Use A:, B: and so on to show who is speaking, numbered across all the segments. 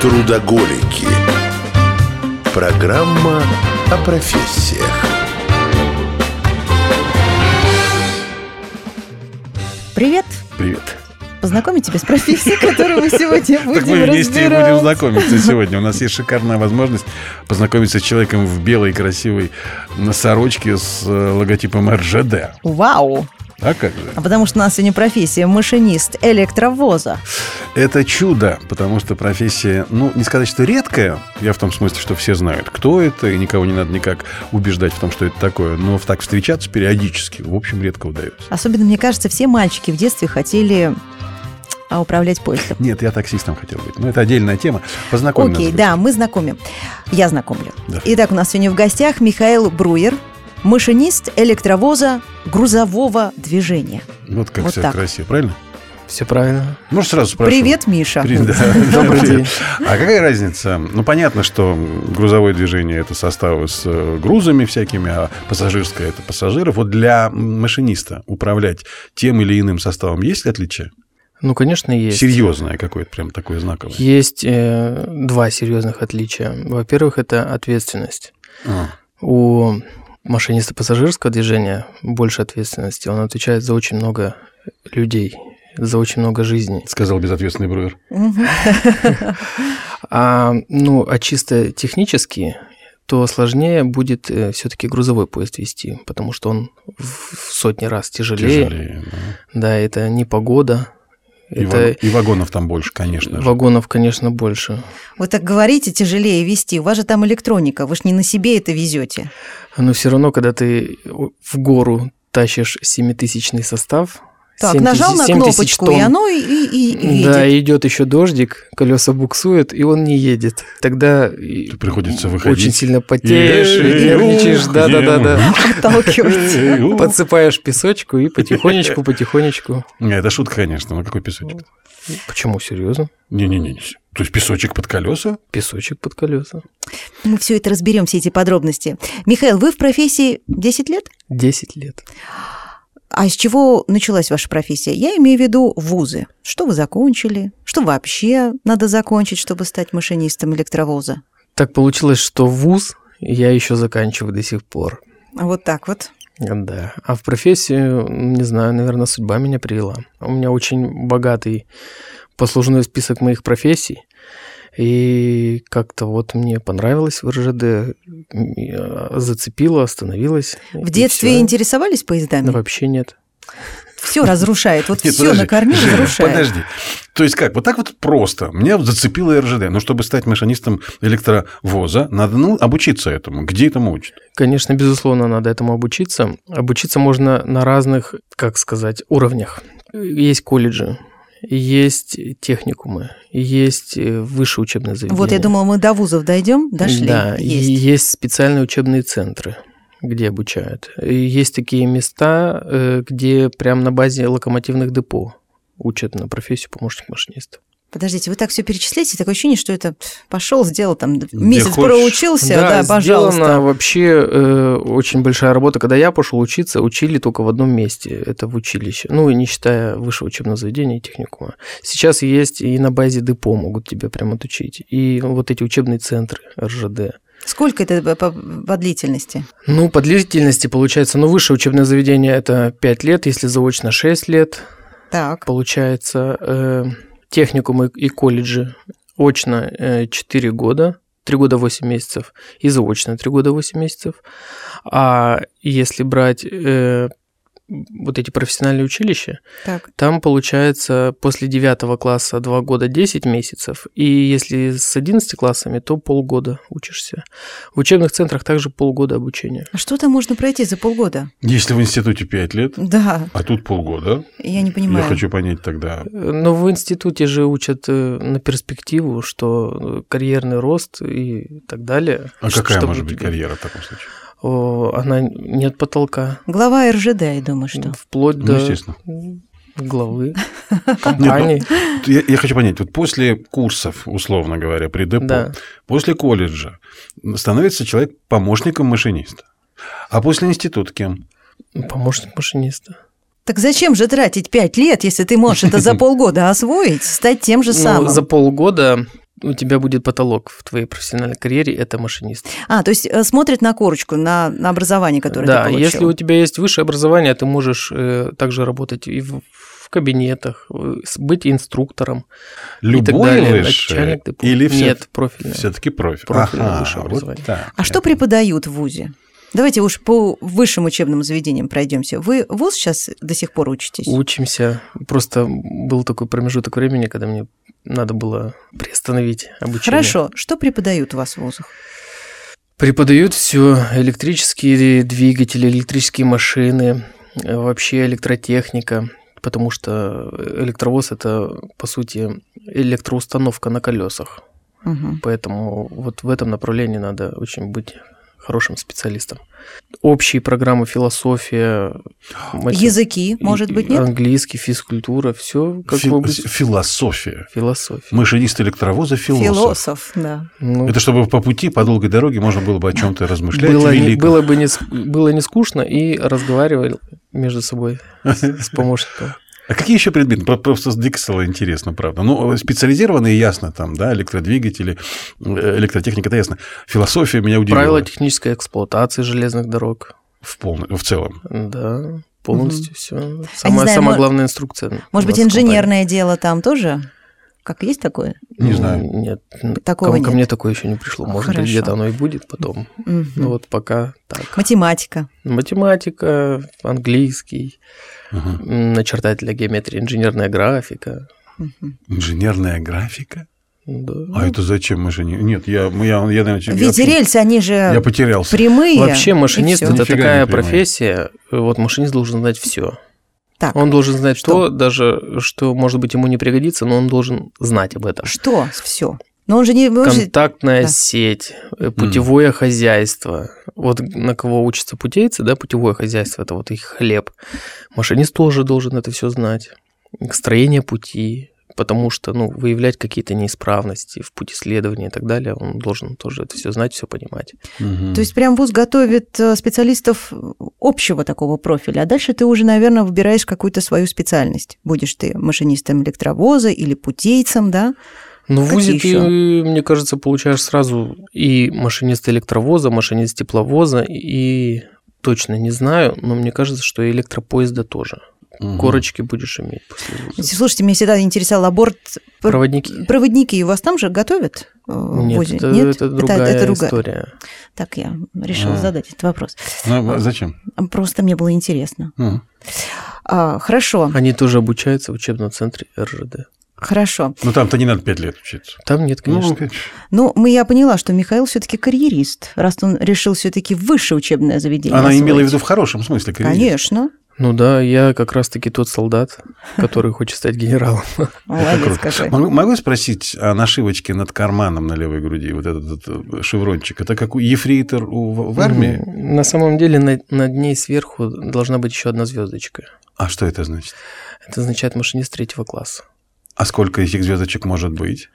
A: Трудоголики. Программа о профессиях.
B: Привет!
C: Привет.
B: Познакомить тебя с профессией, которую мы сегодня будем
C: Так мы вместе и будем
B: разбирать.
C: знакомиться сегодня. У нас есть шикарная возможность познакомиться с человеком в белой красивой сорочке с э, логотипом РЖД.
B: Вау!
C: А как же?
B: А потому что у нас сегодня профессия машинист электровоза.
C: Это чудо, потому что профессия, ну, не сказать, что редкая, я в том смысле, что все знают, кто это, и никого не надо никак убеждать в том, что это такое, но в- так встречаться периодически, в общем, редко удается.
B: Особенно, мне кажется, все мальчики в детстве хотели а, управлять поездом.
C: Нет, я таксистом хотел быть, но это отдельная тема. Познакомь
B: Окей,
C: нас.
B: да, мы знакомим. Я знакомлю.
C: Да.
B: Итак, у нас сегодня в гостях Михаил Бруер, машинист электровоза грузового движения.
C: Вот как
B: Вот
C: все
B: так.
C: красиво, правильно?
D: Все правильно.
C: Можешь сразу спросить?
B: Привет, Миша.
C: При- да.
D: Добрый
C: Привет.
D: день.
C: А какая разница? Ну, понятно, что грузовое движение – это составы с э, грузами всякими, а пассажирское – это пассажиров. Вот для машиниста управлять тем или иным составом есть ли отличие?
D: Ну, конечно, есть.
C: Серьезное какое-то, прям такое знаковое.
D: Есть э, два серьезных отличия. Во-первых, это ответственность.
C: А,
D: У машиниста пассажирского движения больше ответственности. Он отвечает за очень много людей, за очень много жизней.
C: сказал безответственный бруер.
B: Мгм.
D: А, ну, а чисто технически, то сложнее будет все-таки грузовой поезд вести, потому что он в в сотни раз тяжелее.
C: Тяжелее. да.
D: Да, это не погода.
C: И,
D: это
C: ваг- и вагонов там больше, конечно же.
D: вагонов, конечно, больше.
B: Вы так говорите, тяжелее вести. У вас же там электроника, вы же не на себе это везете.
D: Но все равно, когда ты в гору тащишь семитысячный состав,
B: Так,
D: семь
B: нажал
D: тысяч-
B: на
D: семь тысяч
B: кнопочку,
D: тонн.
B: и оно и, и- и- и едет.
D: Да, идет еще дождик, колеса буксуют, и он не едет. Тогда и
C: Ты приходится выходить.
D: Очень сильно потеешь, и
C: Е-е-е,
D: нервничаешь,
C: ух,
D: да, да, да, да.
B: Отталкиваете.
D: Подсыпаешь песочку и потихонечку, потихонечку.
C: Не, Это шутка, конечно. Ну, какой песочек?
D: Почему серьезно?
C: Не-не-не. То есть песочек под колеса?
D: Песочек под колеса.
B: Мы все это разберем, все эти подробности. Михаил, вы в профессии 10 лет?
D: 10 лет.
B: А с чего началась ваша профессия? Я имею в виду вузы. Что вы закончили? Что вообще надо закончить, чтобы стать машинистом электровоза?
D: Так получилось, что вуз я еще заканчиваю до сих пор.
B: Вот так вот.
D: Да. А в профессию, не знаю, наверное, судьба меня привела. У меня очень богатый послужной список моих профессий. И как-то вот мне понравилось в РЖД, м, я зацепило, остановилось.
B: В детстве
D: интересно.
B: интересовались поездами?
D: вообще нет.
B: Все разрушает. Вот
C: Нет,
B: все
C: подожди,
B: на корню
C: Женя,
B: разрушает.
C: Подожди. То есть как? Вот так вот просто. Меня вот зацепило РЖД. Но чтобы стать машинистом электровоза, надо ну, обучиться этому. Где этому учат?
D: Конечно, безусловно, надо этому обучиться. Обучиться можно на разных, как сказать, уровнях. Есть колледжи, есть техникумы, есть э, высшее учебное заведение.
B: Вот я думала, мы до вузов дойдем, дошли.
D: Да, и
B: Есть.
D: есть специальные учебные центры, где обучают. И есть такие места, э, где прям на базе локомотивных депо учат на профессию помощник машиниста.
B: Подождите, вы так все перечисляете, такое ощущение, что это пошел, сделал там д-
C: Где
B: месяц
C: хочешь.
B: проучился, да,
D: сделана
B: пожалуйста.
D: вообще э, очень большая работа. Когда я пошел учиться, учили только в одном месте. Это в училище. Ну, и не считая высшего учебного заведения и техникума. Сейчас есть и на базе депо могут тебя прям отучить. И вот эти учебные центры РЖД.
B: Сколько это по- по, по длительности?
D: Ну, по длительности получается, ну, высшее учебное заведение это 5 лет, если заочно 6 лет,
B: Так.
D: получается, э, техникумы и колледжи очно э, 4 года, 3 года 8 месяцев, и заочно 3 года 8 месяцев. А если брать э, вот эти профессиональные училища,
B: Так.
D: там получается после 9 класса 2 года 10 месяцев, и если с 11 классами, то полгода учишься. В учебных центрах также полгода обучения.
B: А что там можно пройти за полгода?
C: Если в институте 5 лет,
B: Да,
C: а тут полгода,
B: я не понимаю.
C: я хочу понять тогда.
D: Но Ну, в институте же учат э, на перспективу, что э, карьерный рост и так далее.
C: А
D: Ш-
C: какая
D: чтобы
C: может быть
D: тебе-
C: карьера в таком случае?
D: О, Она нет потолка.
B: Глава РЖД, я думаю, что.
D: Вплоть
C: Ну,
D: до
C: естественно.
D: главы А
C: ну,
D: компании.
C: Я, я хочу понять, вот после курсов, условно говоря, при депо,
D: Да.
C: после колледжа становится человек помощником машиниста. А после института кем?
D: Помощник машиниста.
B: Так зачем же тратить пять лет, если ты можешь это за полгода освоить, стать тем же
D: Ну,
B: самым?
D: за полгода у тебя будет потолок в твоей профессиональной карьере, это машинист.
B: А, то есть э, смотрит на корочку, на, на образование, которое
D: да,
B: ты получил.
D: если у тебя есть высшее образование, ты можешь э, также работать и в, в кабинетах, э, с- быть инструктором и так
C: Любое
D: далее.
C: высшее
D: Начальник ты пу-
C: или все,
D: Нет, профильное.
C: все-таки профиль?
D: Профильное высшее
C: вот
D: образование.
C: так.
B: А что преподают в ВУЗе? Давайте уж по высшим учебным заведениям пройдемся. Вы в ВУЗ сейчас до сих пор учитесь?
D: Учимся. Просто был такой промежуток времени, когда мне надо было приостановить обучение.
B: Хорошо. Что преподают у вас в ВУЗах?
D: Преподают все электрические двигатели, электрические машины, э, вообще электротехника, потому что электровоз это по сути электроустановка на колесах.
B: Мгм.
D: Поэтому вот в этом направлении надо очень быть хорошим специалистом. Общие программы, философия, мати-
B: Языки, может
D: и-
B: быть, нет?
D: английский, физкультура, все как
C: Фи-
D: в области
C: Философия.
D: философии.
C: Машинист электровоза философ.
B: да.
D: Ну,
C: Это чтобы по пути, по долгой дороге можно было бы о чем-то размышлять.
D: было, не,
C: великом.
D: было бы не, ск- было не скучно и разговаривали между собой с, с помощником.
C: А какие еще предметы? Про- Просто дико стало интересно, правда. Ну, специализированные, ясно, там, да, электродвигатели, э, электротехника, это ясно. Философия меня удивила.
D: Правила технической эксплуатации железных дорог.
C: в, полно- в целом.
D: Да, полностью все. Самая,
B: А знаю,
D: самая
B: мо-
D: главная инструкция. у
B: Может быть,
D: нас в компании.
B: инженерное дело там тоже? Как есть такое?
C: Не
D: Ну,
C: знаю.
D: Нет,
B: Такого
D: ко, ко
B: нет.
D: мне такое еще не пришло. Может
B: Хорошо.
D: быть, где-то оно и будет потом.
B: Мгм.
D: Ну вот пока так.
B: Математика.
D: Математика, английский,
C: Ага.
D: м, начертатель геометрия, инженерная графика.
B: Мгм.
C: Инженерная графика?
D: Да.
C: А это зачем машине? Нет, я, я, я, наверное,
B: Ведь
C: я-
B: рельсы, они же
C: я потерялся.
B: прямые.
D: Вообще
B: и
D: машинист
B: всё.
D: это
C: Нифига не
D: такая
C: понимаю.
D: профессия. Вот машинист должен знать все.
B: Так,
D: Он должен знать
B: Что?
D: то, даже что, может быть, ему не пригодится, но он должен знать об этом.
B: что все? Но он же не... он же-
D: Контактная
B: Да.
D: сеть, э, путевое хозяйство. Вот на кого учатся путейцы, да, путевое хозяйство это вот их хлеб. Машинист тоже должен это все знать. Строение пути, потому что, ну, выявлять какие-то неисправности в пути следования и так далее, он должен тоже это все знать, все понимать.
C: Мгм.
B: То есть прям вуз готовит э, специалистов общего такого профиля, а дальше ты уже, наверное, выбираешь какую-то свою специальность. Будешь ты машинистом электровоза или путейцем, да?
D: Ну, в
B: Какие
D: ВУЗе ты,
B: ещё?
D: мне кажется, получаешь сразу и машинист электровоза, машинист тепловоза, и точно не знаю, но мне кажется, что и электропоезда тоже.
C: Мгм.
D: Корочки будешь иметь после вуза.
B: Слушайте, меня всегда интересовал аборт пр-
D: Проводники.
B: проводники. Вас там же готовят э, в
D: Нет,
B: ВУЗе?
D: это, это другая история.
B: Так, я решила
C: А.
B: задать этот вопрос.
C: Ну, а зачем?
B: Просто мне было интересно.
C: Мгм.
B: А, хорошо,
D: Они тоже обучаются в учебном центре РЖД.
B: хорошо.
C: Ну, там-то не надо пять лет учиться.
D: Там нет,
C: Ну,
D: конечно.
C: конечно.
B: Ну, мы, я поняла, что Михаил все-таки карьерист, раз он решил все-таки высшее учебное заведение.
C: Она имела в
B: освоить.
C: виду в хорошем смысле, карьерист.
B: Конечно.
D: Ну да, я как раз-таки тот солдат, который хочет стать генералом.
B: Молодец
C: Круто.
B: какой.
C: Могу, могу я спросить о нашивочке над карманом на левой груди, вот этот, э, шеврончик. Это как у ефрейтор у- в, в армии?
D: На самом деле на- над ней сверху должна быть еще одна звездочка.
C: А что это значит?
D: Это означает машинист третьего класса.
C: А сколько этих звездочек может быть?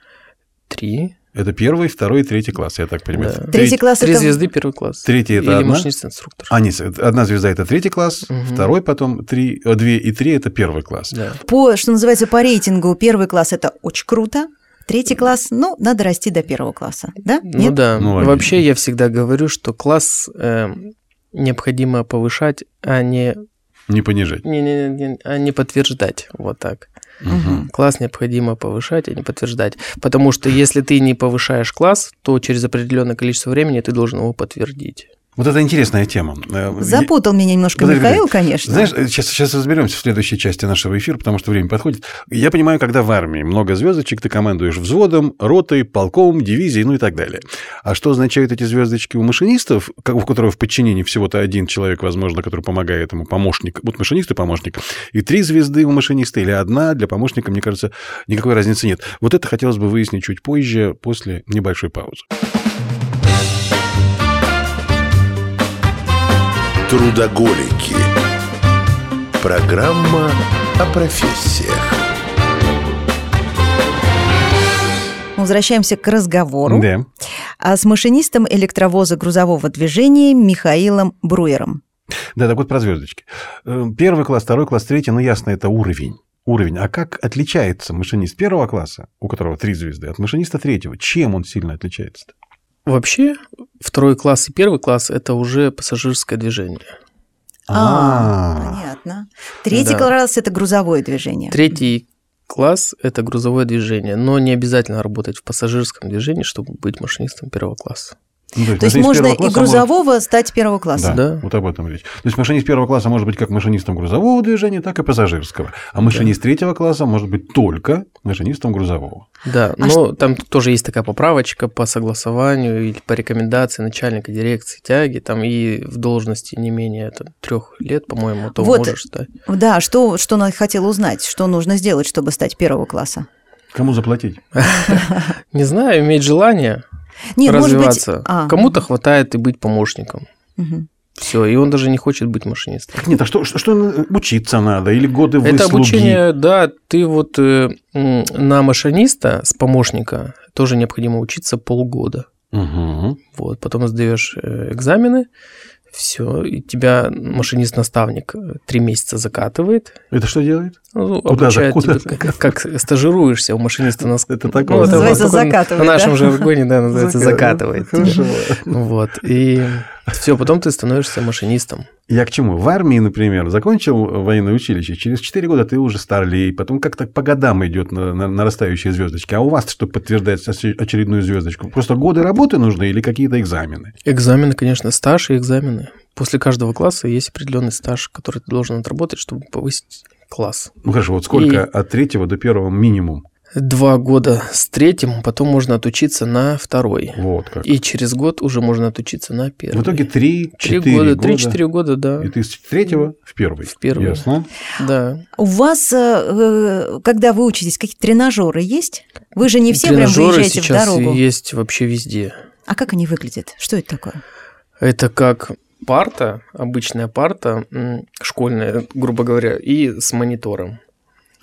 D: Три.
C: Это первый, второй, третий класс, я так понимаю.
D: Да.
C: Треть-
B: Третий класс
D: Три
B: это...
D: звезды первый класс.
C: Третий это
D: Или
C: одна?
D: машинист-инструктор.
C: А, нет, это- одна звезда – это третий класс,
D: Мгм.
C: второй потом три, э, две и три – это первый класс.
D: Да.
B: По, что называется, по рейтингу первый класс – это очень круто, третий класс – ну, надо расти до первого класса, да?
D: Ну да.
C: Ну, логично.
D: Вообще я всегда говорю, что класс э, необходимо повышать, а не,
C: Не понижать.
D: не, не, не- а не подтверждать. Вот так.
C: Мгм.
D: Класс необходимо повышать, а не подтверждать. Потому что если ты не повышаешь класс, то через определенное количество времени ты должен его подтвердить.
C: Вот это интересная тема. Э, я-
B: Запутал меня немножко
C: Подожди,
B: Михаил,
C: подожди.
B: конечно.
C: Знаешь, сейчас, сейчас разберемся в следующей части нашего эфира, потому что время подходит. Я понимаю, когда в армии много звездочек, ты командуешь взводом, ротой, полком, дивизией, ну и так далее. А что означают эти звездочки у машинистов, как- у которого в подчинении всего-то один человек, возможно, который помогает ему, помощник, вот машинист и помощник, и три звезды у машиниста или одна для помощника, мне кажется, никакой разницы нет. Вот это хотелось бы выяснить чуть позже, после небольшой паузы.
A: Трудоголики. Программа о профессиях.
B: Возвращаемся к разговору
C: Да.
B: а с машинистом электровоза грузового движения Михаилом Бруером.
C: Да, так вот про звездочки. Э, Первый класс, второй класс, третий, ну ясно, это уровень. уровень. А как отличается машинист первого класса, у которого три звезды, от машиниста третьего? Чем он сильно отличается-то?
D: Вообще, второй класс и первый класс – это уже пассажирское движение.
B: А,
C: А.
B: понятно. Третий
D: Да.
B: класс – это грузовое движение.
D: Третий класс – это грузовое движение, но не обязательно работать в пассажирском движении, чтобы быть машинистом первого класса.
C: Ну,
B: То есть
C: машинист
B: можно
C: первого
B: и
C: класса
B: грузового стать первого класса.
C: Да,
D: а Да.
C: вот об этом речь. То есть машинист первого класса может быть как машинистом грузового движения, так и пассажирского. А машинист третьего класса может быть только машинистом грузового.
D: Да,
B: А
D: но там тоже есть такая поправочка по согласованию или по рекомендации начальника дирекции тяги, там и в должности не менее это, трех лет, по-моему, то
B: Вот.
D: можешь стать.
B: Да, что, что она хотела узнать, что нужно сделать, чтобы стать первого класса?
C: Кому заплатить?
D: Не знаю, иметь желание
B: Не,
D: развиваться.
B: может быть... а,
D: Кому-то хватает и быть помощником.
B: мгм.
D: Все, и он даже не хочет быть машинистом.
C: Нет, а что, что- что учиться надо? Или годы
D: Это
C: выслуги?
D: обучение, да, ты вот э, м, на машиниста с помощника тоже необходимо учиться полгода.
C: Мгм.
D: Вот, потом сдаешь э, экзамены, все, и тебя машинист-наставник э, три месяца закатывает.
C: Это что делает?
D: Ну,
C: Куда же,
D: обучает
C: куда
D: тебя,
C: же?
D: как, как стажируешься у машиниста. нас-
C: Это такое. Называется
D: вот такое
B: закатывает,
D: На нашем
B: да?
D: жаргоне, да, называется закатывает. тебя.
C: Хорошо.
D: Вот, и все, потом ты становишься машинистом.
C: Я к чему? В армии, например, закончил военное училище, через 4 года ты уже старлей, потом как-то по годам идет на- на- нарастающие звездочки. А у вас что подтверждает осе- очередную звездочку? Просто годы работы нужны или какие-то экзамены?
D: Экзамены, конечно, стаж и экзамены. После каждого класса есть определенный стаж, который ты должен отработать, чтобы повысить класс.
C: Ну хорошо, вот сколько от третьего до первого минимум?
D: Два года с третьим, потом можно отучиться на второй.
C: Вот как.
D: И через год уже можно отучиться на первый.
C: В итоге 3-4
D: Три
C: года.
D: года, три-четыре года, да.
C: И ты с третьего в первый.
D: В первый.
C: Ясно.
D: да.
B: У вас, э, э, когда вы учитесь, какие-то тренажеры есть? Вы же не все прям
D: Тренажеры
B: выезжаете в
D: сейчас
B: дорогу.
D: есть вообще везде.
B: А как они выглядят? Что это такое?
D: Это как парта, обычная парта, м, школьная, грубо говоря, и с монитором.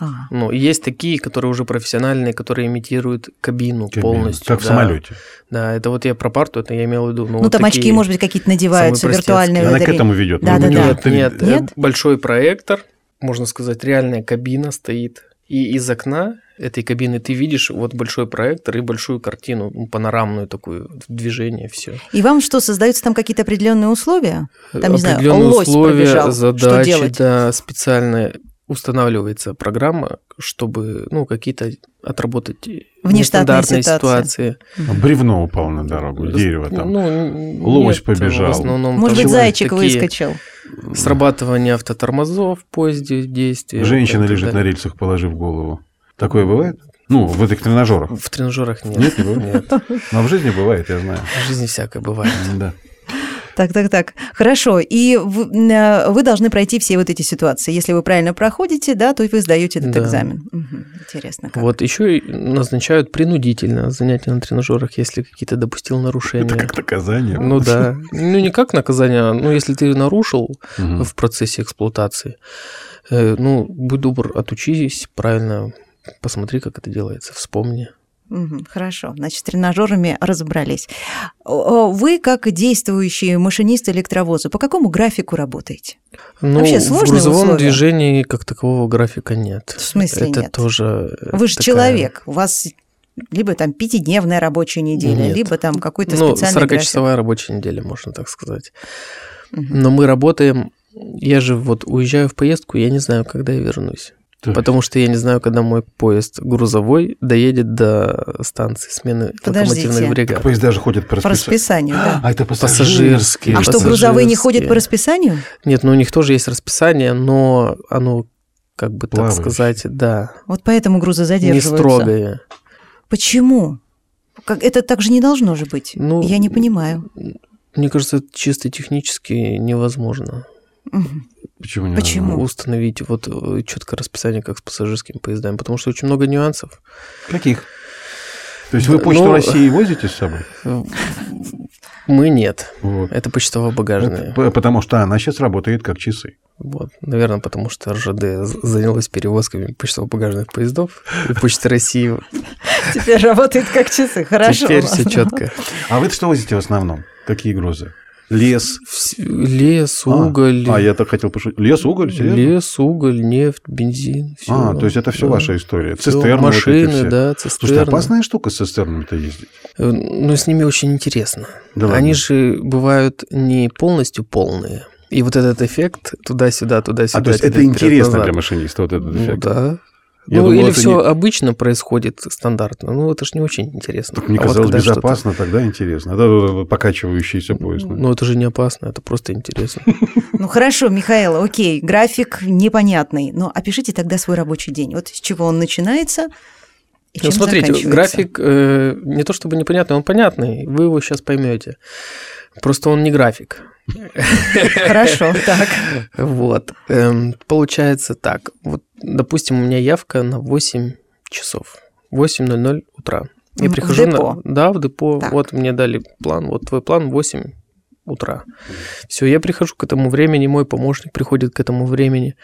B: А,
D: Ну, и есть такие, которые уже профессиональные, которые имитируют кабину,
C: Кабина.
D: полностью.
C: Как в
D: да.
C: самолете.
D: Да, это вот я про парту, это я имел в виду.
B: ну, там очки, может быть, какие-то надеваются,
D: самые
B: виртуальные.
C: Она
B: вот
C: к
B: такие.
C: этому ведет.
B: Да,
C: Ну,
B: да,
C: у
B: да.
C: неё
D: Нет,
C: три-
D: нет,
B: Нет?
D: э, большой проектор, можно сказать, реальная кабина стоит. И из окна этой кабины ты видишь вот большой проектор и большую картину, ну, панорамную такую, движение, все.
B: И вам что, создаются там какие-то определенные условия? Там, не знаю, лось пробежал, что
D: задачи,
B: делать?
D: да, специально устанавливается программа, чтобы, ну, какие-то отработать
B: Внештатные
D: нестандартные
B: ситуации.
D: ситуации.
C: Бревно упало на дорогу, дерево там.
D: Ну, н-
C: Лось
D: нет,
C: побежал.
D: В основном
B: Может
D: там
B: быть, зайчик
D: Ну, такие
B: выскочил.
D: Срабатывание автотормозов в поезде, действия.
C: Женщина
D: так и
C: лежит на
D: далее.
C: рельсах, положив голову. Такое бывает? Ну, в этих тренажерах.
D: В тренажерах нет.
C: Нет, не бывает. Но в жизни бывает, я знаю.
D: В жизни всякое бывает.
C: Да.
B: Так, так, так. Хорошо. И вы, э, вы должны пройти все вот эти ситуации. Если вы правильно проходите, да, то и вы сдаете этот
D: Да.
B: экзамен. Мгм. Интересно, как.
D: Вот еще и назначают принудительно занятия на тренажерах, если какие-то допустил нарушения.
C: Это как наказание.
D: Ну да. Ну не как наказание, а, ну если ты нарушил
C: Мгм.
D: в процессе эксплуатации, э, ну будь добр, отучись правильно, посмотри, как это делается, вспомни.
B: Мгм. Хорошо. Значит, с тренажерами разобрались. О, Вы, как действующий машинист электровоза, по какому графику работаете?
D: Ну,
B: Вообще
D: в
B: сложные
D: грузовом
B: условия?
D: движении как такового графика нет.
B: В смысле
D: Это
B: нет?
D: тоже... э,
B: Вы же
D: такая-
B: человек. У вас либо там пятидневная рабочая неделя,
D: Нет.
B: либо там какой-то
D: Ну,
B: специальный график.
D: 40-часовая рабочая неделя, можно так сказать.
B: Мгм.
D: Но мы работаем... Я же вот уезжаю в поездку, я не знаю, когда я вернусь.
C: То есть
D: Потому что я не знаю, когда мой поезд грузовой доедет до станции смены
B: Подождите.
D: локомотивных
C: Так
D: бригад.
C: поезда же ходят по
B: По
C: расписанию.
B: расписанию, да.
C: А это
D: Пассажирские.
C: пассажирские.
B: А что, грузовые не ходят по
D: пассажирские.
B: расписанию?
D: Нет, ну у них тоже есть расписание, но оно, как бы
C: Плавающее.
D: так сказать, да,
B: Вот поэтому грузы
D: не
B: задерживаются.
D: строгое.
B: Почему? Как, это так же не должно же быть.
D: Ну,
B: Я не понимаю.
D: Мне кажется, это чисто технически невозможно
B: Мгм.
C: Почему не
B: Почему?
C: надо?
D: установить вот четкое расписание, как с пассажирскими поездами, потому что очень много нюансов.
C: Каких? То есть вы
D: Да,
C: почту
D: ну-
C: России возите с собой?
D: Мы нет.
C: Вот.
D: Это почтово-багажные.
C: Это п- Потому что она сейчас работает как часы.
D: Вот. Наверное, потому что РЖД з- занялась перевозками почтово-багажных поездов. И Почта России
B: Теперь работает как часы. Хорошо.
D: теперь все четко.
C: А вы что возите в основном? Какие грузы? Лес.
D: Вс- Лес,
C: А,
D: уголь,
C: А, я так хотел пошутить. Лес, уголь, серьезно?
D: лес, уголь, нефть, бензин. всё.
C: А, то есть это все
D: Да.
C: ваша история.
D: Всё,
C: Цистерны. вот эти
D: машины,
C: все.
D: да,
C: Слушай,
D: цистерны.
C: опасная штука с цистернами-то ездить.
D: Э, Но с ними очень интересно.
C: Да ладно.
D: Они же бывают не полностью полные. И вот этот эффект туда-сюда,
C: А
D: туда-сюда.
C: то есть это
D: тебе
C: интересно
D: вперед-назад.
C: для машиниста, вот этот
D: Ну
C: эффект.
D: да.
C: Я
D: ну
C: думал,
D: или
C: это
D: все
C: не-
D: обычно происходит стандартно. Ну это ж не очень интересно.
C: Так мне
D: А вот
C: казалось,
D: когда что-то-
C: безопасно, тогда интересно. Да, покачивающийся поезд. да.
D: Ну это же не опасно, это просто интересно.
B: Ну хорошо, Михаил, окей, график непонятный, но опишите тогда свой рабочий день. Вот с чего он начинается и чем
D: Ну, смотрите,
B: заканчивается.
D: график э, не то чтобы непонятный, он понятный, вы его сейчас поймете. Просто он не график.
B: Хорошо, так.
D: Вот. Эм, получается так. Вот, допустим, у меня явка на 8 часов. 8.00 утра. Я
B: М, в
D: прихожу
B: депо.
D: на... Да, в депо.
B: Так.
D: Вот мне дали план. Вот твой план 8 утра. Все, я прихожу к этому времени, мой помощник приходит к этому времени.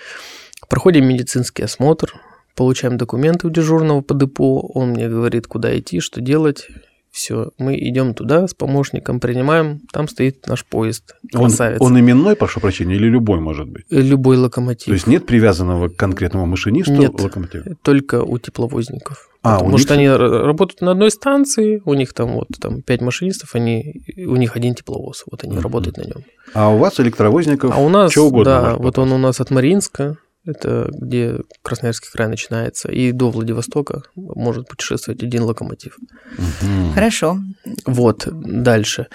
D: Проходим медицинский осмотр, получаем документы у дежурного по депо, он мне говорит, куда идти, что делать. Все, мы идем туда с помощником, принимаем, там стоит наш поезд.
C: Он,
D: Красавец.
C: он именной, прошу прощения, или любой может быть?
D: Любой локомотив.
C: То есть нет привязанного к конкретному машинисту
D: Нет.
C: локомотива?
D: Только у тепловозников.
C: А, у
D: Потому что
C: них-
D: они р- работают на одной станции, у них там вот там пять машинистов, они, у них один тепловоз, вот они
C: Мгм.
D: работают на нем.
C: А у вас электровозников
D: А у нас,
C: что угодно
D: да,
C: может
D: вот он у нас от Мариинска, это где Красноярский край начинается, и до Владивостока может путешествовать один локомотив.
C: Мгм.
B: Хорошо.
D: Вот, дальше.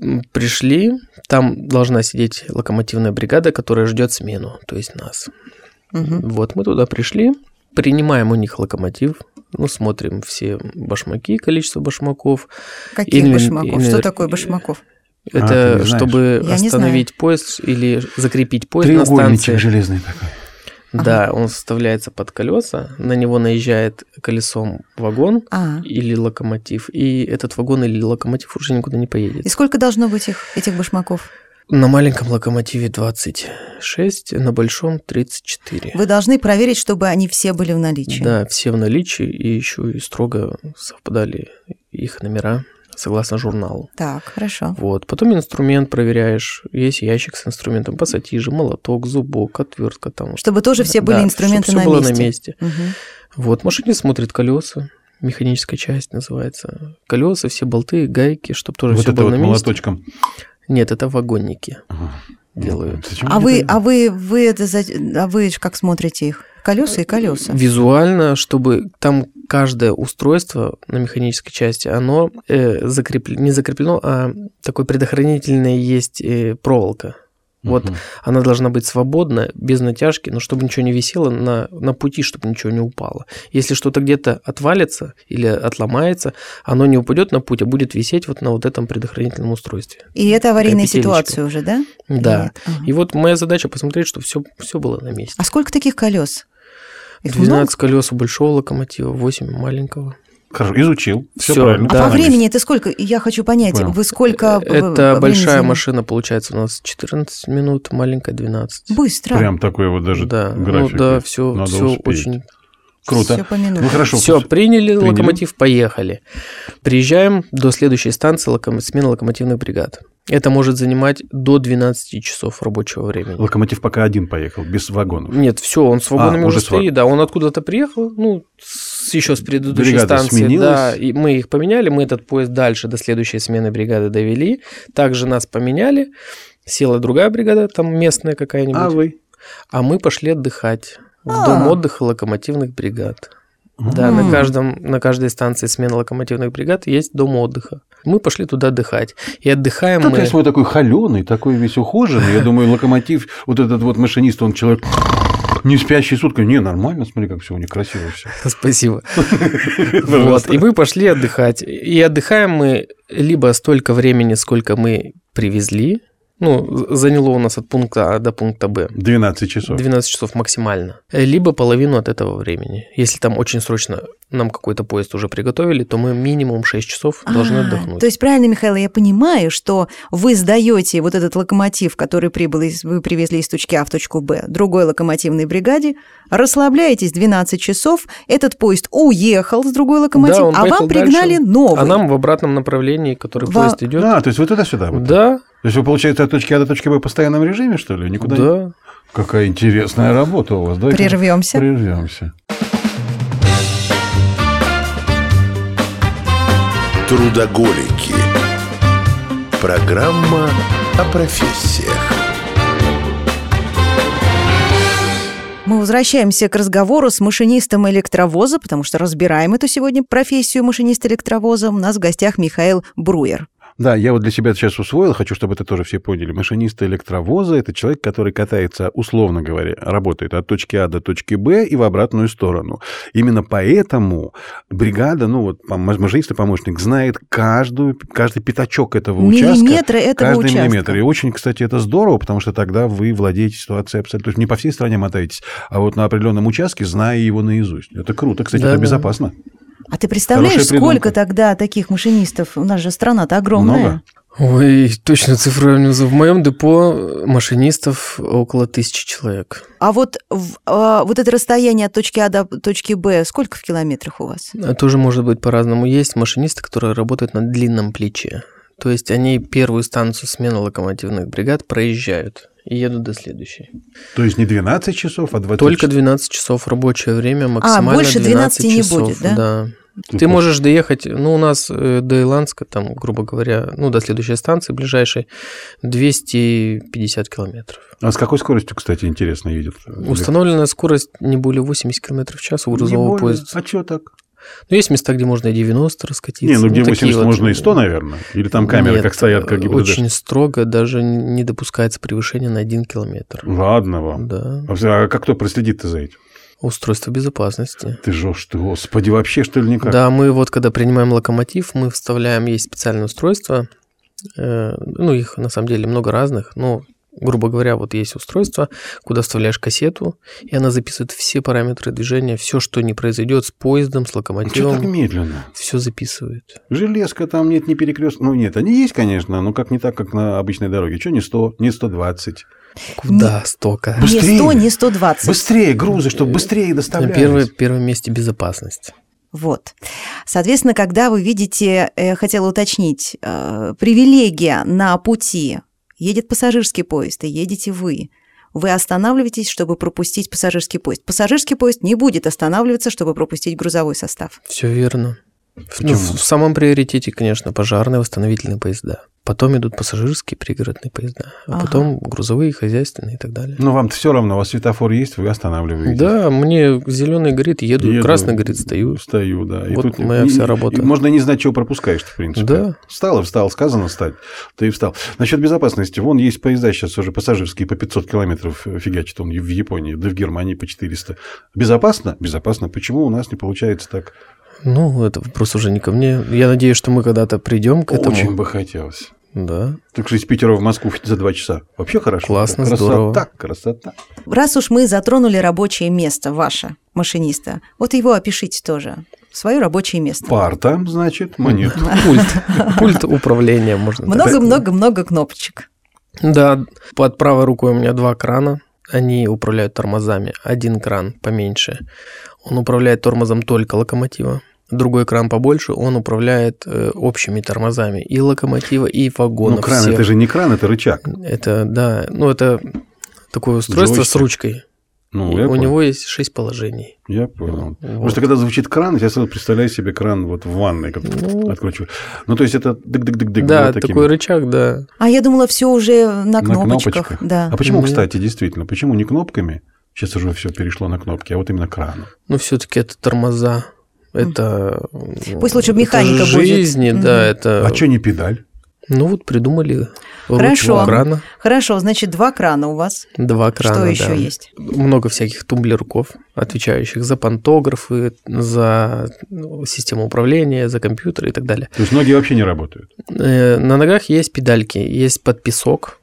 D: М, Пришли, там должна сидеть локомотивная бригада, которая ждет смену, то есть нас.
B: Мгм.
D: Вот мы туда пришли, принимаем у них локомотив, ну, смотрим все башмаки, количество башмаков.
B: Каких
D: Инвен-
B: башмаков? Что
D: инвен-
B: такое башмаков?
C: А,
D: Это
C: ты не знаешь?
D: чтобы
B: Я не
D: остановить поезд или закрепить поезд на станции.
C: Треугольничек железный такой.
D: Да, он вставляется под колеса, на него наезжает колесом вагон
B: А.
D: или локомотив, и этот вагон или локомотив уже никуда не поедет.
B: И сколько должно быть их, этих башмаков?
D: На маленьком локомотиве 26, на большом 34.
B: Вы должны проверить, чтобы они все были в наличии.
D: Да, все в наличии, и еще и строго совпадали их номера согласно журналу.
B: Так, хорошо.
D: Вот. Потом инструмент проверяешь. Есть ящик с инструментом, пассатижи, молоток, зубок, отвертка там.
B: Чтобы тоже все были
D: Да,
B: инструменты
D: чтоб
B: на,
D: всё было
B: месте.
D: на месте.
B: Мгм.
D: Вот, машине смотрит колеса, механическая часть называется. Колеса, все болты, гайки, чтобы тоже
C: Вот
D: все
C: это вот
D: было на месте.
C: молоточком.
D: Нет, это вагонники.
C: Ага.
D: Делают.
C: Зачем
B: А
C: мне
B: вы,
C: это?
B: а вы, вы это, за- а вы ж как смотрите их? Колеса и
D: Э,
B: колеса.
D: Визуально, чтобы там каждое устройство на механической части, оно э, закрепле- не закреплено, а такой предохранительная есть э, проволока. Вот
C: Мгм.
D: она должна быть свободна, без натяжки, но чтобы ничего не висело на, на пути, чтобы ничего не упало. Если что-то где-то отвалится или отломается, оно не упадет на путь, а будет висеть вот на вот этом предохранительном устройстве.
B: И это аварийная
D: Такая
B: ситуация уже, да?
D: Да.
B: Нет. Ага.
D: И вот моя задача посмотреть, что все, все было на месте.
B: А сколько таких колес? Их А много?
D: 12 колес у большого локомотива, 8 у маленького.
C: Хорошо, изучил. Все,
D: Всё,
C: правильно.
D: да.
B: А
C: На
B: по
D: Конечно.
B: времени это сколько? Я хочу понять,
C: Понял.
B: вы сколько... э, по
D: Это
B: времени
D: большая
B: занимаете?
D: машина, получается, у нас 14 минут, маленькая 12.
B: Быстро.
C: месте. Прям такой вот даже
D: да,
C: график.
D: ну да, все,
C: Надо
D: все
C: успеть.
D: очень
C: Круто.
B: Все по минутам.
C: Ну хорошо.
D: Все,
C: Костя.
D: приняли,
C: Приняли.
D: локомотив, поехали. Приезжаем до следующей станции локом... смены локомотивных бригад. Это может занимать до 12 часов рабочего времени.
C: Локомотив пока один поехал, без вагонов.
D: Нет, все, он с вагонами
C: А,
D: уже
C: уже с ваг-
D: стоит, да, он откуда-то приехал, ну, с, еще с предыдущей
C: Бригада
D: станции,
C: сменилась.
D: да, и мы их поменяли, мы этот поезд дальше до следующей смены бригады довели, также нас поменяли, села другая бригада, там местная какая-нибудь, а,
C: вы?
D: мы пошли отдыхать в
B: А.
D: дом отдыха локомотивных бригад. Да,
B: М.
D: на, каждом, на каждой станции смены локомотивных бригад есть дом отдыха. Мы пошли туда отдыхать. И отдыхаем
C: Кто-то
D: мы...
C: я свой такой холеный, такой весь ухоженный. Я думаю, локомотив, вот этот вот машинист, он человек не спящий сутками. Не, нормально, смотри, как все у них красиво все.
D: Спасибо. Вот, и мы пошли отдыхать. И отдыхаем мы либо столько времени, сколько мы привезли. Ну, заняло у нас от пункта А до пункта Б.
C: 12 часов.
D: 12 часов максимально. Либо половину от этого времени. Если там очень срочно нам какой-то поезд уже приготовили, то мы минимум 6 часов должны
B: А,
D: отдохнуть.
B: То есть, правильно, Михаил, я понимаю, что вы сдаете вот этот локомотив, который прибыл из, вы привезли из точки А в точку Б, другой локомотивной бригаде, расслабляетесь 12 часов, этот поезд уехал с другой локомотива,
D: он
B: а
D: поехал
B: вам пригнали
D: дальше.
B: новый.
D: А нам в обратном направлении, который
B: Во-
D: поезд идет.
C: А, то есть вы туда-сюда. вот.
D: Да,
C: То есть вы, получается, от точки А до точки Б в постоянном режиме, что ли? Никуда не-
D: Да.
C: Какая интересная работа у вас. Давайте
B: Прервемся.
C: Прервемся.
A: Трудоголики. Программа о профессиях.
B: Мы возвращаемся к разговору с машинистом электровоза, потому что разбираем эту сегодня профессию машиниста электровоза. У нас в гостях Михаил Бруер.
C: Да, я вот для себя сейчас усвоил, хочу, чтобы это тоже все поняли. Машинист электровоза – это человек, который катается, условно говоря, работает от точки А до точки Б и в обратную сторону. Именно поэтому бригада, ну вот пом- машинист-помощник знает каждую, каждый пятачок этого участка.
B: Миллиметры этого
C: Каждый
B: участка.
C: миллиметр. И очень, кстати, это здорово, потому что тогда вы владеете ситуацией абсолютно. То есть не по всей стране мотаетесь, а вот на определенном участке, зная его наизусть. Это круто, кстати, это
D: Да-да.
C: безопасно.
B: А ты представляешь,
C: Хорошая придумка.
B: сколько тогда таких машинистов? У нас же страна-то огромная.
C: Много?
D: Ой, точно цифра не знаю. В моем депо машинистов около тысячи человек.
B: А вот, в- а, вот это расстояние от точки А до точки Б, сколько в километрах у вас?
D: А тоже может быть по-разному. Есть машинисты, которые работают на длинном плече. То есть они первую станцию смены локомотивных бригад проезжают и едут до следующей.
C: То есть не 12 часов, а 20
D: Только 12 часов рабочее время, максимально
B: А, больше
D: 12,
B: 12 не
D: часов.
B: будет, да?
D: Ты можешь доехать, ну, у нас э, до Иланска, там, грубо говоря, ну, до следующей станции ближайшей 250 километров.
C: А с какой скоростью, кстати, интересно едет?
D: Установленная скорость не более 80 километров в час у грузового поезда.
C: А чё так?
D: Ну, есть места, где можно и 90 раскатиться.
C: не, ну где
D: такие
C: 80
D: вот,
C: можно и 100, наверное? Или там камеры
D: Нет, э,
C: как стоят, как ГИБДД?
D: Очень строго даже не допускается превышение на 1 километр.
C: Ладно вам.
D: Да.
C: А как кто проследит-то за этим?
D: Устройство безопасности.
C: Ты жешь, ты, господи, вообще что ли никак?
D: Да, мы вот когда принимаем локомотив, мы вставляем, есть специальное устройство, э, ну их на самом деле много разных, но грубо говоря, вот есть устройство, куда вставляешь кассету, и она записывает все параметры движения, все, что не произойдет с поездом, с
C: А Чё так
D: локомотивом,
C: медленно?
D: все записывает.
C: Железка там нет, не перекрест. Ну, нет, они есть, конечно, но как не так, как на обычной дороге. Че не 100, не 120?
D: Куда столько?
C: Быстрее.
B: Не 100, не 120.
C: Быстрее грузы, чтобы быстрее
D: На
C: доставлялись.
D: первое, первом месте безопасность.
B: Вот. Соответственно, когда вы видите, э, хотела уточнить, э, привилегия на пути, едет пассажирский поезд, и едете вы, вы останавливаетесь, чтобы пропустить пассажирский поезд. Пассажирский поезд не будет останавливаться, чтобы пропустить грузовой состав.
D: Все верно. В- ну,
C: Почему?
D: в, в самом приоритете, конечно, пожарные восстановительные поезда. Потом идут пассажирские пригородные поезда, а
B: Ага.
D: потом грузовые, хозяйственные и так далее.
C: Но вам-то все равно, у вас светофор есть, вы останавливаетесь.
D: Да, мне зеленый горит, еду,
C: Ну, Еду.
D: красный горит, стою.
C: Встаю, да.
D: Вот моя вся работа.
C: и можно не знать, чего пропускаешь, в принципе.
D: Да.
C: Встал и встал, сказано встать, ты и встал. Насчет безопасности. Вон есть поезда сейчас уже пассажирские по 500 километров э, фигачат. Он в Японии, да в Германии по 400. Безопасно? Безопасно. Почему у нас не получается так?
D: Ну, это вопрос уже не ко мне. Я надеюсь, что мы когда-то придем к этому.
C: Очень бы хотелось.
D: Да.
C: Так что из Питера в Москву за два часа. Вообще хорошо.
D: Классно,
C: красота,
D: здорово.
C: красота.
B: Раз уж мы затронули рабочее место ваше, машиниста, вот его опишите тоже, свое рабочее место.
C: Парта, значит, монет.
D: Пульт. Пульт управления можно так сказать.
B: Много-много-много кнопочек.
D: Да, под правой рукой у меня два крана. Они управляют тормозами. Один кран поменьше. Он управляет тормозом только локомотива. Другой кран побольше, он управляет э, общими тормозами и локомотива, и вагонов
C: Ну, кран,
D: всех.
C: это же не кран, это рычаг.
D: Это, да, ну это такое устройство с
C: Джойстик.
D: ручкой.
C: Ну,
D: И
C: я
D: у
C: понял.
D: него есть шесть положений.
C: Я понял.
D: Вот.
C: Потому что когда звучит кран, я сразу представляю себе кран вот в ванной, как
D: Ну.
C: откручиваю. Ну, то есть это дык-дык-дык-дык.
D: да,
C: да, такими.
D: такой рычаг, да.
B: А я думала, все уже на
C: На
B: кнопочках.
C: кнопочках.
B: Да.
C: А почему,
D: Мгм.
C: кстати, действительно, почему не кнопками? Сейчас уже все перешло на кнопки, а вот именно краном.
D: Но все-таки это тормоза. Это м,
B: Пусть лучше
D: А это
B: механика будет.
D: жизни, да,
B: Мгм.
D: это.
C: А что не педаль?
D: Ну вот придумали
B: Хорошо.
D: ручку крана,
B: Хорошо, значит, два крана у вас.
D: два крана.
B: Что
D: да.
B: еще есть?
D: Много всяких тумблерков, отвечающих за пантографы, за ну, систему управления, за компьютер и так далее.
C: То есть ноги вообще не работают.
D: Э, На ногах есть педальки, есть подписок,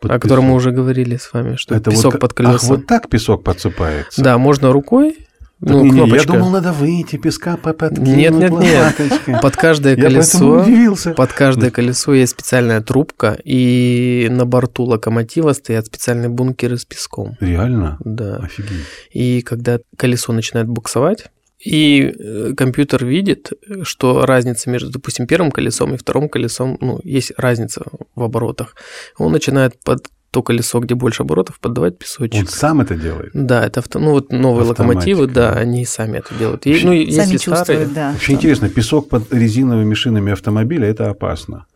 C: Под
D: о котором мы
C: песок.
D: уже говорили с вами, что
C: Это
D: А песок
C: вот...
D: под
C: Ах,
D: колесом.
C: вот так песок подсыпается?
D: Да, можно рукой,
C: Так,
D: ну,
C: не, не, я
D: кнопочка.
C: думал, надо выйти, песка по- подкинуть
D: Нет, нет, нет.
C: лопаточкой.
D: Под каждое
C: Я поэтому
D: колесо,
C: удивился.
D: под каждое колесо есть специальная трубка, и на борту локомотива стоят специальные бункеры с песком.
C: Реально?
D: Да.
C: Офигеть.
D: И когда колесо начинает буксовать, И э, компьютер видит, что разница между, допустим, первым колесом и вторым колесом, ну, есть разница в оборотах. Он начинает под то колесо, где больше оборотов, поддавать песочек.
C: Он сам это делает.
D: Да, это авто, ну вот новые
C: Автоматика.
D: локомотивы, да, они сами это делают. И, ну, и
B: Сами
D: если старые,
B: чувствуют, да.
C: Вообще интересно, песок под резиновыми шинами автомобиля это опасно.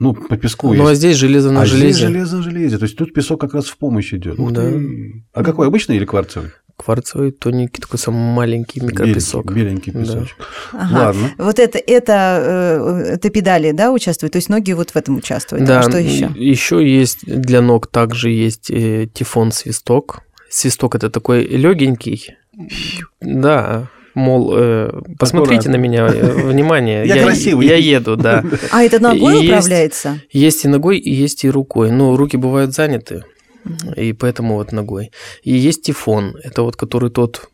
C: Ну, по песку
D: ну а
C: есть.
D: здесь железо на
C: а
D: железе,
C: здесь железо на железе. То есть тут песок как раз в помощь идет. Ух
D: Да.
C: ты. А какой обычный или кварцевый?
D: кварцевый тоненький такой самый маленький микропесок.
C: Беленький,
D: Да.
C: беленький песочек.
B: Ага.
C: Ладно.
B: Вот это, это, э, это педали, да, участвуют, то есть ноги вот в этом участвуют. А что еще?
D: Еще есть для ног также есть э, тифон свисток. Свисток это такой легенький. Да. Мол, э, посмотрите
C: Аккуратно.
D: на меня, э, внимание,
C: Я красивый.
D: я еду, да.
B: А это ногой
D: Есть.
B: управляется?
D: Есть и ногой, и есть и рукой. Но руки бывают заняты, и поэтому вот ногой. И есть тифон, это вот который тот,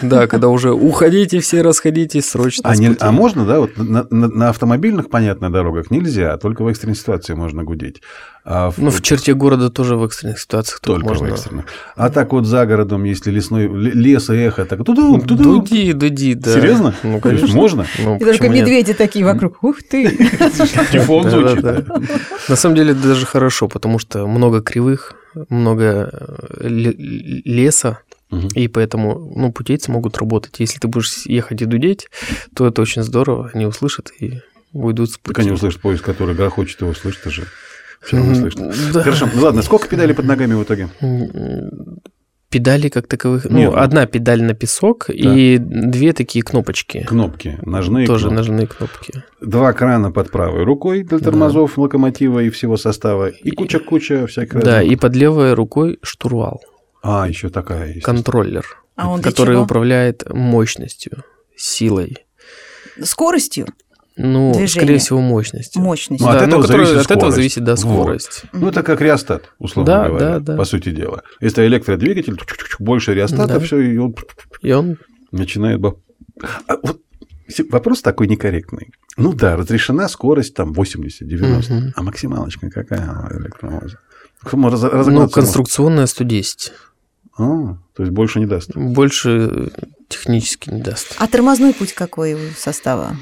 D: да, когда уже уходите все, расходитесь срочно.
C: А,
D: с
C: не-
D: пути.
C: а можно, да, вот на, на- на автомобильных, понятно, дорогах нельзя, а только в экстренной ситуации можно гудеть. А в-
D: Ну, в черте города тоже в экстренных ситуациях тут
C: только
D: можно.
C: в экстренных. А так вот за городом, если лесной л- лес и эхо, так тудум, тудум.
D: Ну, Дуди, дуди, да.
C: Серьезно?
D: Ну,
C: То есть
D: конечно.
C: можно?
D: Ну,
B: И только
D: почему нет?
B: медведи такие вокруг. Ух ты!
C: Телефон
D: Да-да-да.
C: звучит. да.
D: На самом деле это даже хорошо, потому что много кривых, много э, ле- леса,
C: Мгм.
D: и поэтому ну, путейцы могут работать. Если ты будешь ехать и дудеть, то это очень здорово, они услышат и уйдут с пути.
C: Так они услышат поезд, который грохочет, его слышно же. Все равно
D: М,
C: слышно.
D: да.
C: Хорошо, ну ладно, сколько педалей под ногами в итоге?
D: М, Педали как таковых.
C: Нет,
D: Ну,
C: ну-
D: одна педаль на песок и две такие кнопочки.
C: Кнопки, ножные
D: Тоже
C: кнопки.
D: ножные кнопки.
C: Два крана под правой рукой для тормозов, локомотива и всего состава. И куча-куча всяких
D: Да,
C: разных.
D: и под левой рукой штурвал,
C: А, еще такая есть.
D: контроллер,
B: А он для
D: который
B: чего?
D: управляет мощностью, силой.
B: Скоростью,
D: Ну,
B: Движение.
D: скорее всего, мощностью.
B: мощностью.
C: Ну, а- от
D: Да,
C: этого
D: ну, которая-
C: зависит
D: от этого
C: скорость.
D: зависит, да,
C: Вот.
D: скорость.
C: Ну, это как реостат, условно
D: Да,
C: говоря,
D: да, да.
C: по сути дела. Если электродвигатель, чук-чук-чук, больше реостата,
D: Да.
C: все, и он
D: И он ну,
C: начинает... баб- А вот се- вопрос такой некорректный. Ну да, разрешена скорость там 80-90,
D: Мгм.
C: а максималочка какая у электровоза? Кто может раз-
D: ну,
C: разогнаться может?
D: конструкционная 110.
C: А, то есть больше не даст.
D: Больше э, технически не даст.
B: А тормозной путь какой у состава?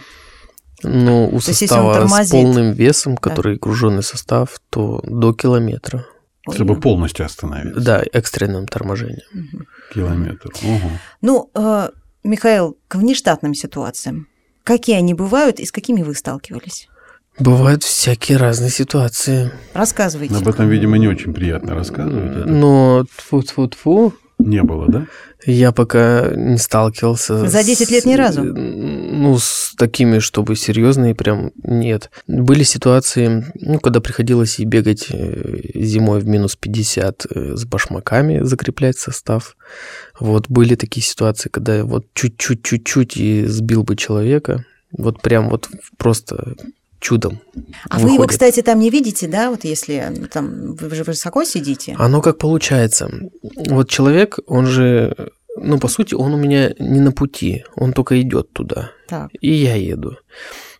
D: Но у
B: То есть, если он
D: состава с
B: тормозит.
D: полным весом, который груженный состав, то до километра.
B: Ой,
C: Чтобы полностью остановиться.
D: Да, экстренным торможением.
C: Километр. Ого.
B: Ну, э, Михаил, к внештатным ситуациям. Какие они бывают и с какими вы сталкивались?
D: Бывают всякие разные ситуации.
B: Рассказывайте.
C: Об этом, видимо, не очень приятно рассказывать. Это
D: Но тьфу-тьфу-тьфу,
C: Не было, да?
D: Я пока не сталкивался.
B: За 10 лет ни разу?
D: Ну, с такими, чтобы серьезные, прям нет. Были ситуации, ну, когда приходилось и бегать э, зимой в минус 50 э, с башмаками, закреплять состав. Вот были такие ситуации, когда я вот чуть-чуть-чуть-чуть и сбил бы человека. Вот прям вот просто чудом.
B: А вы его,
D: выходит.
B: кстати, там не видите, да? Вот если ну, там вы же высоко сидите.
D: Оно как получается. Вот человек, он же, ну, по сути, он у меня не на пути, он только идет туда.
B: Так.
D: И я еду.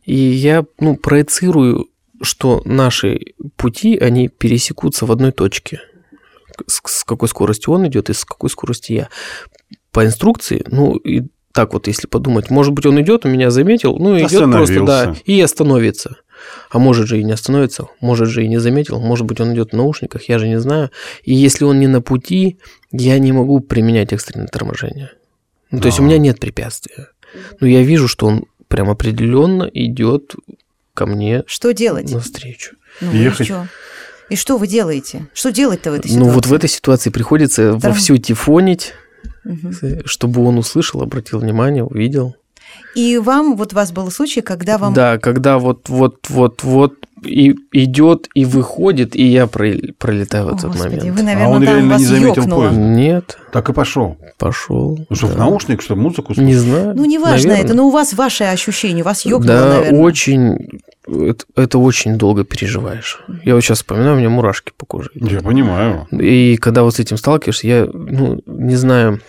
D: И я, ну, проецирую, что наши пути, они пересекутся в одной точке. С, с какой скоростью он идет и с какой скоростью я. По инструкции, ну, и так вот, если подумать, может быть, он идет, он меня заметил, ну, идет просто, да,
C: Остановился.
D: и остановится. А может же и не остановится, может же и не заметил, может быть, он идет в наушниках, я же не знаю. И если он не на пути, я не могу применять экстренное торможение. Ну, то есть у
B: А.
C: Да.
D: меня нет препятствия. Но я вижу, что он прям определенно идет ко мне
B: Что делать?
D: навстречу.
B: Ну, и
C: Ехать.
B: чё? И что вы делаете? Что делать-то в этой ситуации?
D: Ну вот в этой ситуации приходится
B: Да.
D: вовсю тифонить,
B: Мгм.
D: чтобы он услышал, обратил внимание, увидел.
B: И вам, вот у вас был случай, когда вам...
D: Да, когда вот, вот, вот, вот и идет и выходит, и я про- пролетаю в
B: О,
D: этот
B: Господи,
D: момент. А
B: вы, наверное,
C: он
B: там
C: реально
B: вас
C: не заметил
B: ёкнуло.
C: поезд.
D: Нет,
C: Так и пошел.
D: пошел.
C: Ну, что, в
D: да.
C: наушник, что, музыку слушать?
D: Не знаю.
B: Ну, неважно
D: наверное.
B: это, но у вас ваши ощущения, у вас ёкнуло,
D: да,
B: наверное.
D: очень, это, это очень долго переживаешь. Я вот сейчас вспоминаю, у меня мурашки по коже. идут.
C: Я понимаю.
D: И когда вот с этим сталкиваешься, я ну, не знаю,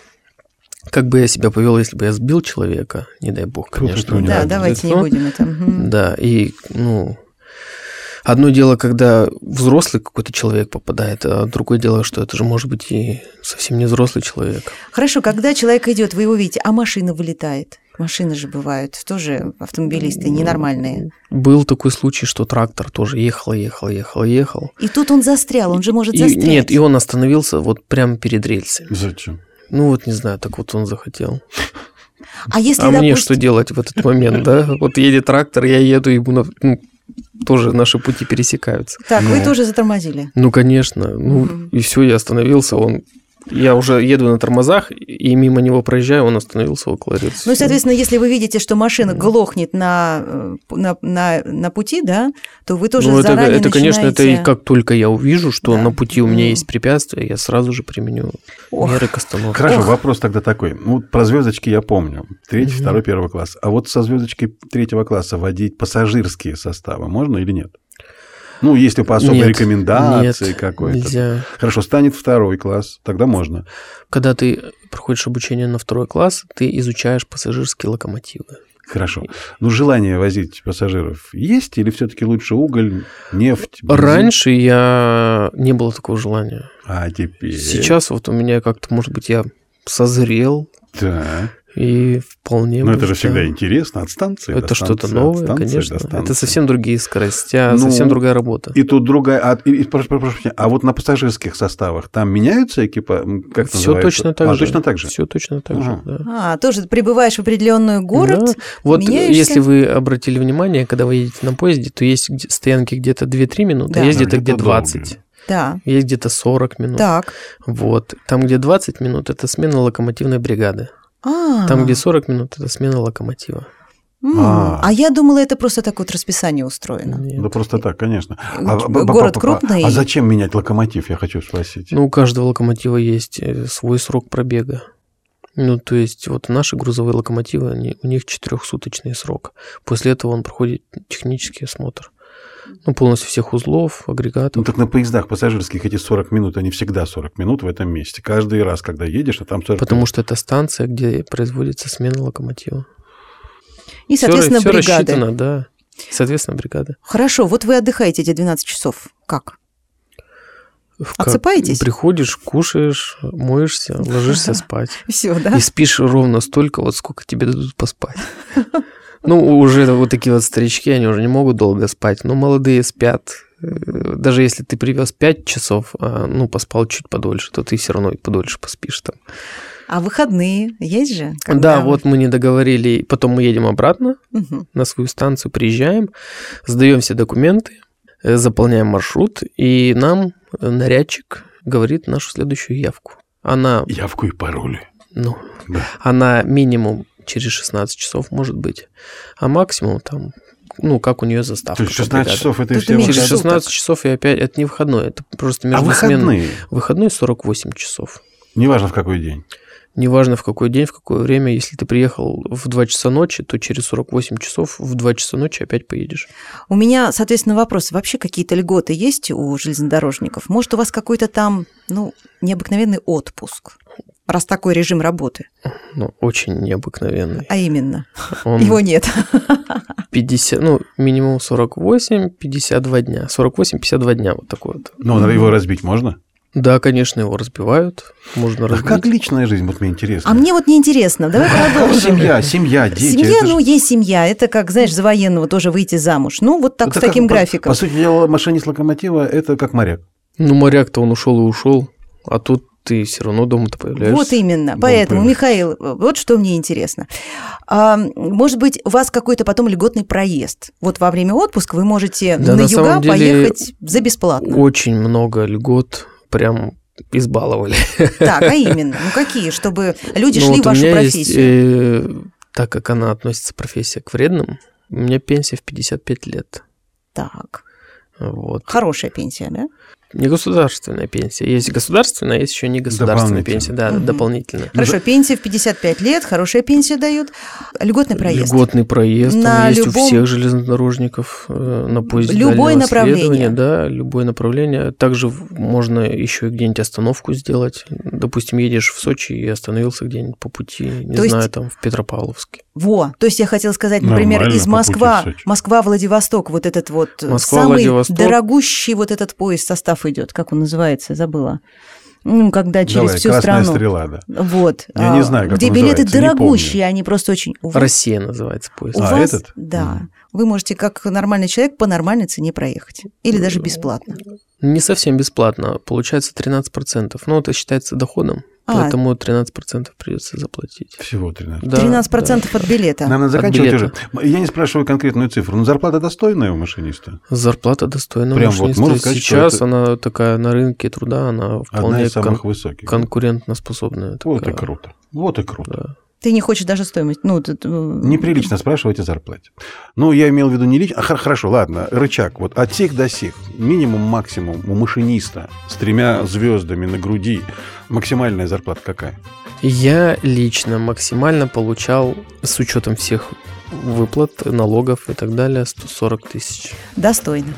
D: как бы я себя повел, если бы я сбил человека, не дай бог,
C: Тут это у
D: конечно.
C: него
B: Да,
C: Да,
B: давайте не
D: лицо.
B: будем это. Мгм.
D: Да, и, ну, Одно дело, когда взрослый какой-то человек попадает, а другое дело, что это же может быть и совсем не взрослый человек.
B: Хорошо, когда человек идет, вы его видите, а машина вылетает. Машины же бывают, тоже автомобилисты ненормальные.
D: Был такой случай, что трактор тоже ехал, ехал, ехал, ехал.
B: И тут он застрял, он же может
D: И-
B: застрять.
D: нет, и он остановился вот прямо перед рельсами.
C: Зачем?
D: Ну вот не знаю, так вот он захотел.
B: А если,
D: а мне
B: допустим-
D: что делать в этот момент, да? Вот едет трактор, я еду, ему на- ну, тоже наши пути пересекаются.
B: Так, вы
C: Ну.
B: тоже затормозили.
D: Ну, конечно. Ну,
B: Мгм.
D: и все, я остановился. Он... Я уже еду на тормозах, и мимо него проезжаю, он остановился около рельс.
B: Ну, и, соответственно, если вы видите, что машина
D: Ну.
B: глохнет на, э, п- на, на, на пути, да, то вы тоже
D: Ну, это,
B: заранее
D: это, конечно, это и
B: начинаете-
D: как только я увижу, что
B: Да.
D: на пути у меня
B: Ну.
D: есть препятствие, я сразу же применю
B: Ох.
D: меры к остановке.
C: Хорошо, вопрос тогда такой. Ну, вот про звездочки я помню. Третий,
D: Мгм.
C: второй, первый класс. А вот со звездочки третьего класса водить пассажирские составы можно или нет? Ну, если по особой
D: Нет,
C: рекомендации
D: нет,
C: какой-то.
D: Нельзя.
C: Хорошо, станет второй класс, тогда можно.
D: Когда ты проходишь обучение на второй класс, ты изучаешь пассажирские локомотивы.
C: Хорошо. Ну, желание возить пассажиров есть или все-таки лучше уголь, нефть? бензин?
D: Раньше я не было такого желания.
C: А теперь...
D: Сейчас вот у меня как-то, может быть, я созрел
C: Да.
D: и вполне...
C: Ну,
D: бы,
C: это же
D: да.
C: всегда интересно, от станции до
D: Это что-то
C: станции, от
D: новое,
C: станции до
D: конечно. Это
C: станции.
D: совсем другие скоростя,
C: Ну,
D: совсем другая работа.
C: И тут другая... А, и- и прошу- прошу прощения, а вот на пассажирских составах там меняются экипа... м, Как
D: Все точно так
C: а,
D: же.
C: точно так же?
D: Все точно так же,
C: Ага.
D: да.
B: А, тоже прибываешь в определенный город.
D: Да. Вот э,
B: меняешься.
D: если вы обратили внимание, когда вы едете на поезде, то есть где- стоянки где-то 2-3 минуты,
B: Да.
D: а есть
C: Да,
D: где-то
C: где-то
D: где
C: долго.
D: 20,
B: Да.
D: есть где-то 40 минут.
B: Так.
D: Вот. Там, где 20 минут, это смена локомотивной бригады.
B: А,
D: Там, где 40 минут, это смена локомотива.
B: М,
C: А.
B: а я думала, это просто так вот расписание устроено.
D: Нет.
C: Да Ну, просто так, конечно. А,
B: Г-
C: б- б-
B: Город
C: б- б-
B: крупный.
C: А зачем менять локомотив, я хочу спросить.
D: Ну, у каждого локомотива есть э, свой срок пробега. Ну, то есть, вот наши грузовые локомотивы, они- у них четырехсуточный срок. После этого он проходит технический осмотр. Ну, полностью всех узлов, агрегатов.
C: Ну, так на поездах пассажирских эти 40 минут, они всегда 40 минут в этом месте. Каждый раз, когда едешь, а там 40
D: Потому что это станция, где производится смена локомотива.
B: И,
D: Всё-
B: соответственно,
D: всё
B: бригады.
D: рассчитано, да. Соответственно, бригада.
B: Хорошо, вот вы отдыхаете эти 12 часов. Как?
D: В-
B: Отсыпаетесь?
D: Приходишь, кушаешь, моешься, ложишься спать.
B: Все, да?
D: И спишь ровно столько, вот сколько тебе дадут поспать. Ну, уже вот такие вот старички, они уже не могут долго спать, но молодые спят. Э, Даже если ты привез 5 часов, а, ну, поспал чуть подольше, то ты все равно и подольше поспишь там.
B: А выходные есть же?
D: Да,
B: когда вы-
D: вот мы не договорили, и потом мы едем обратно
B: Мгм.
D: на свою станцию, приезжаем, сдаем все документы, э, заполняем маршрут, и нам э, нарядчик говорит нашу следующую явку. Она,
C: Явку и пароли.
D: ну,
C: Да.
D: она минимум через 16 часов может быть, а максимум там, ну, как у нее
B: А
C: То
D: заставка.
C: есть
D: по
C: 16
D: бригаде.
C: часов это и
B: Тут
C: все...
B: имеется
D: Через
B: Суток.
D: 16 часов и опять, это не выходной, это просто
C: А
D: между
C: выходные?
D: Выходной 48 часов.
C: Неважно, в какой день.
D: Неважно в какой день, в какое время, если ты приехал в 2 часа ночи, то через 48 часов в 2 часа ночи опять поедешь.
B: У меня, соответственно, вопрос. Вообще какие-то льготы есть у железнодорожников? Может, у вас какой-то там, ну, необыкновенный отпуск? Раз такой режим работы.
D: Ну, очень необыкновенный.
B: А именно,
D: Он
B: его нет.
D: 50, ну, минимум 48, 52 дня. 48, 52 дня вот такой вот.
C: Но его разбить можно?
D: Да, конечно, его разбивают. Можно
C: А
D: разбить.
C: как личная жизнь? Вот мне интересно.
B: А мне вот неинтересно. Давай продолжим.
C: Семья, семья, дети.
B: Семья,
C: это же-
B: ну, есть семья. Это как, знаешь, за военного тоже выйти замуж. Ну, вот так,
C: это
B: с таким
C: как, по-
B: графиком.
C: По, сути дела, машинист локомотива – это как моряк.
D: Ну, моряк-то он ушел и ушел, а тут ты все равно дома-то появляешься.
B: Вот именно.
C: Бомбы.
B: Поэтому, Михаил, вот что мне интересно. А, может быть, у вас какой-то потом льготный проезд. Вот во время отпуска вы можете
D: Да,
B: на,
D: на
B: юга
D: самом деле,
B: поехать за бесплатно.
D: Очень много льгот, прям избаловали.
B: Так, а именно. Ну какие? Чтобы люди
D: Ну,
B: шли
D: вот
B: в вашу
D: у меня
B: профессию.
D: Есть, э, так как она относится, профессия, к вредным, у меня пенсия в 55 лет.
B: Так.
D: Вот.
B: Хорошая пенсия, да?
D: Не государственная пенсия. Есть государственная, а есть еще не государственная
C: Дополнительно.
D: пенсия. Да,
B: Мгм.
D: дополнительная.
B: Хорошо, пенсия в 55 лет, хорошая пенсия дают. Льготный проезд.
D: Льготный проезд, он
B: На
D: есть
B: любом-
D: у всех железнодорожников э, на поезде
B: Любое
D: дальнего
B: направление.
D: следования, Да, любое направление. Также в- можно еще и где-нибудь остановку сделать. Допустим, едешь в Сочи и остановился где-нибудь по пути, не
B: То есть-
D: знаю, там в Петропавловске.
B: Во, то есть я хотела сказать, например,
C: Нормально,
B: из
C: по пути в
B: Москва,
C: Сочи.
B: Москва-Владивосток, вот этот вот э,
D: Москва,
B: самый
D: Владивосток.
B: дорогущий вот этот поезд состав идет, как он называется, я забыла. Ну, когда через
C: Давай,
B: всю
C: красная
B: страну.
C: стрела, да.
B: Вот.
C: Я
B: а,
C: не знаю, как
B: Где
C: он
B: билеты
C: называется, не помню.
B: дорогущие, они просто очень... У вас-
D: Россия называется поезд.
B: у
C: А,
B: вас-
C: этот?
B: Да.
C: Мгм.
B: Вы можете, как нормальный человек, по нормальной цене проехать. Или
C: Э,
B: даже бесплатно.
D: Не совсем бесплатно, а получается 13%. Ну, это считается доходом,
B: А.
D: поэтому 13% придется заплатить.
C: Всего 13.
D: Да,
B: 13% от билета.
C: Нам надо заканчивать
D: билета.
C: уже. Я не спрашиваю конкретную цифру, но зарплата достойная у машиниста?
D: да. Зарплата достойна
C: Прям вот
D: машиниста.
C: можно сказать, что
D: Сейчас
C: это-
D: она такая на рынке труда, она
C: Одна
D: вполне
C: из самых
D: кон-
C: высоких.
D: конкурентоспособная.
C: Вот и
D: такая.
C: круто. Вот и круто.
D: Да.
B: Ты не хочешь даже стоимость. Ну, тут, э,
C: Неприлично спрашивать о зарплате. Ну, я имел в виду не лично. а, хор- Хорошо, ладно, рычаг. Вот от сих до сих. Минимум, максимум у машиниста с тремя звездами на груди. Максимальная зарплата какая?
D: Я лично максимально получал, с учетом всех выплат, налогов и так далее, 140 тысяч.
B: достойно.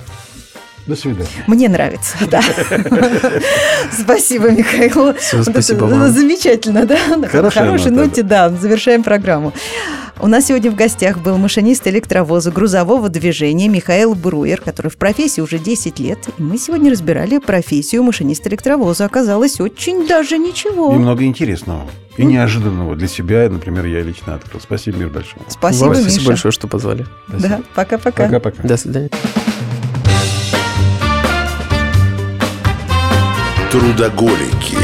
C: До свидания.
B: Мне нравится, да. Спасибо, Михаил.
D: Всё,
B: Вот это ну,
D: спасибо вам.
B: Замечательно, да? На
C: Хорошая
B: хорошей
C: нота.
B: ноте, да, завершаем программу. У нас сегодня в гостях был машинист электровоза грузового движения Михаил Бруер, который в профессии уже 10 лет. И мы сегодня разбирали профессию машиниста электровоза. Оказалось, очень даже ничего.
C: И много интересного. И неожиданного для себя, например, я лично открыл. Спасибо, мир большой.
B: Спасибо,
D: Вам
B: Миша.
D: спасибо большое, что позвали.
B: Да, пока-пока.
C: Пока-пока.
D: До свидания.
A: Трудоголики.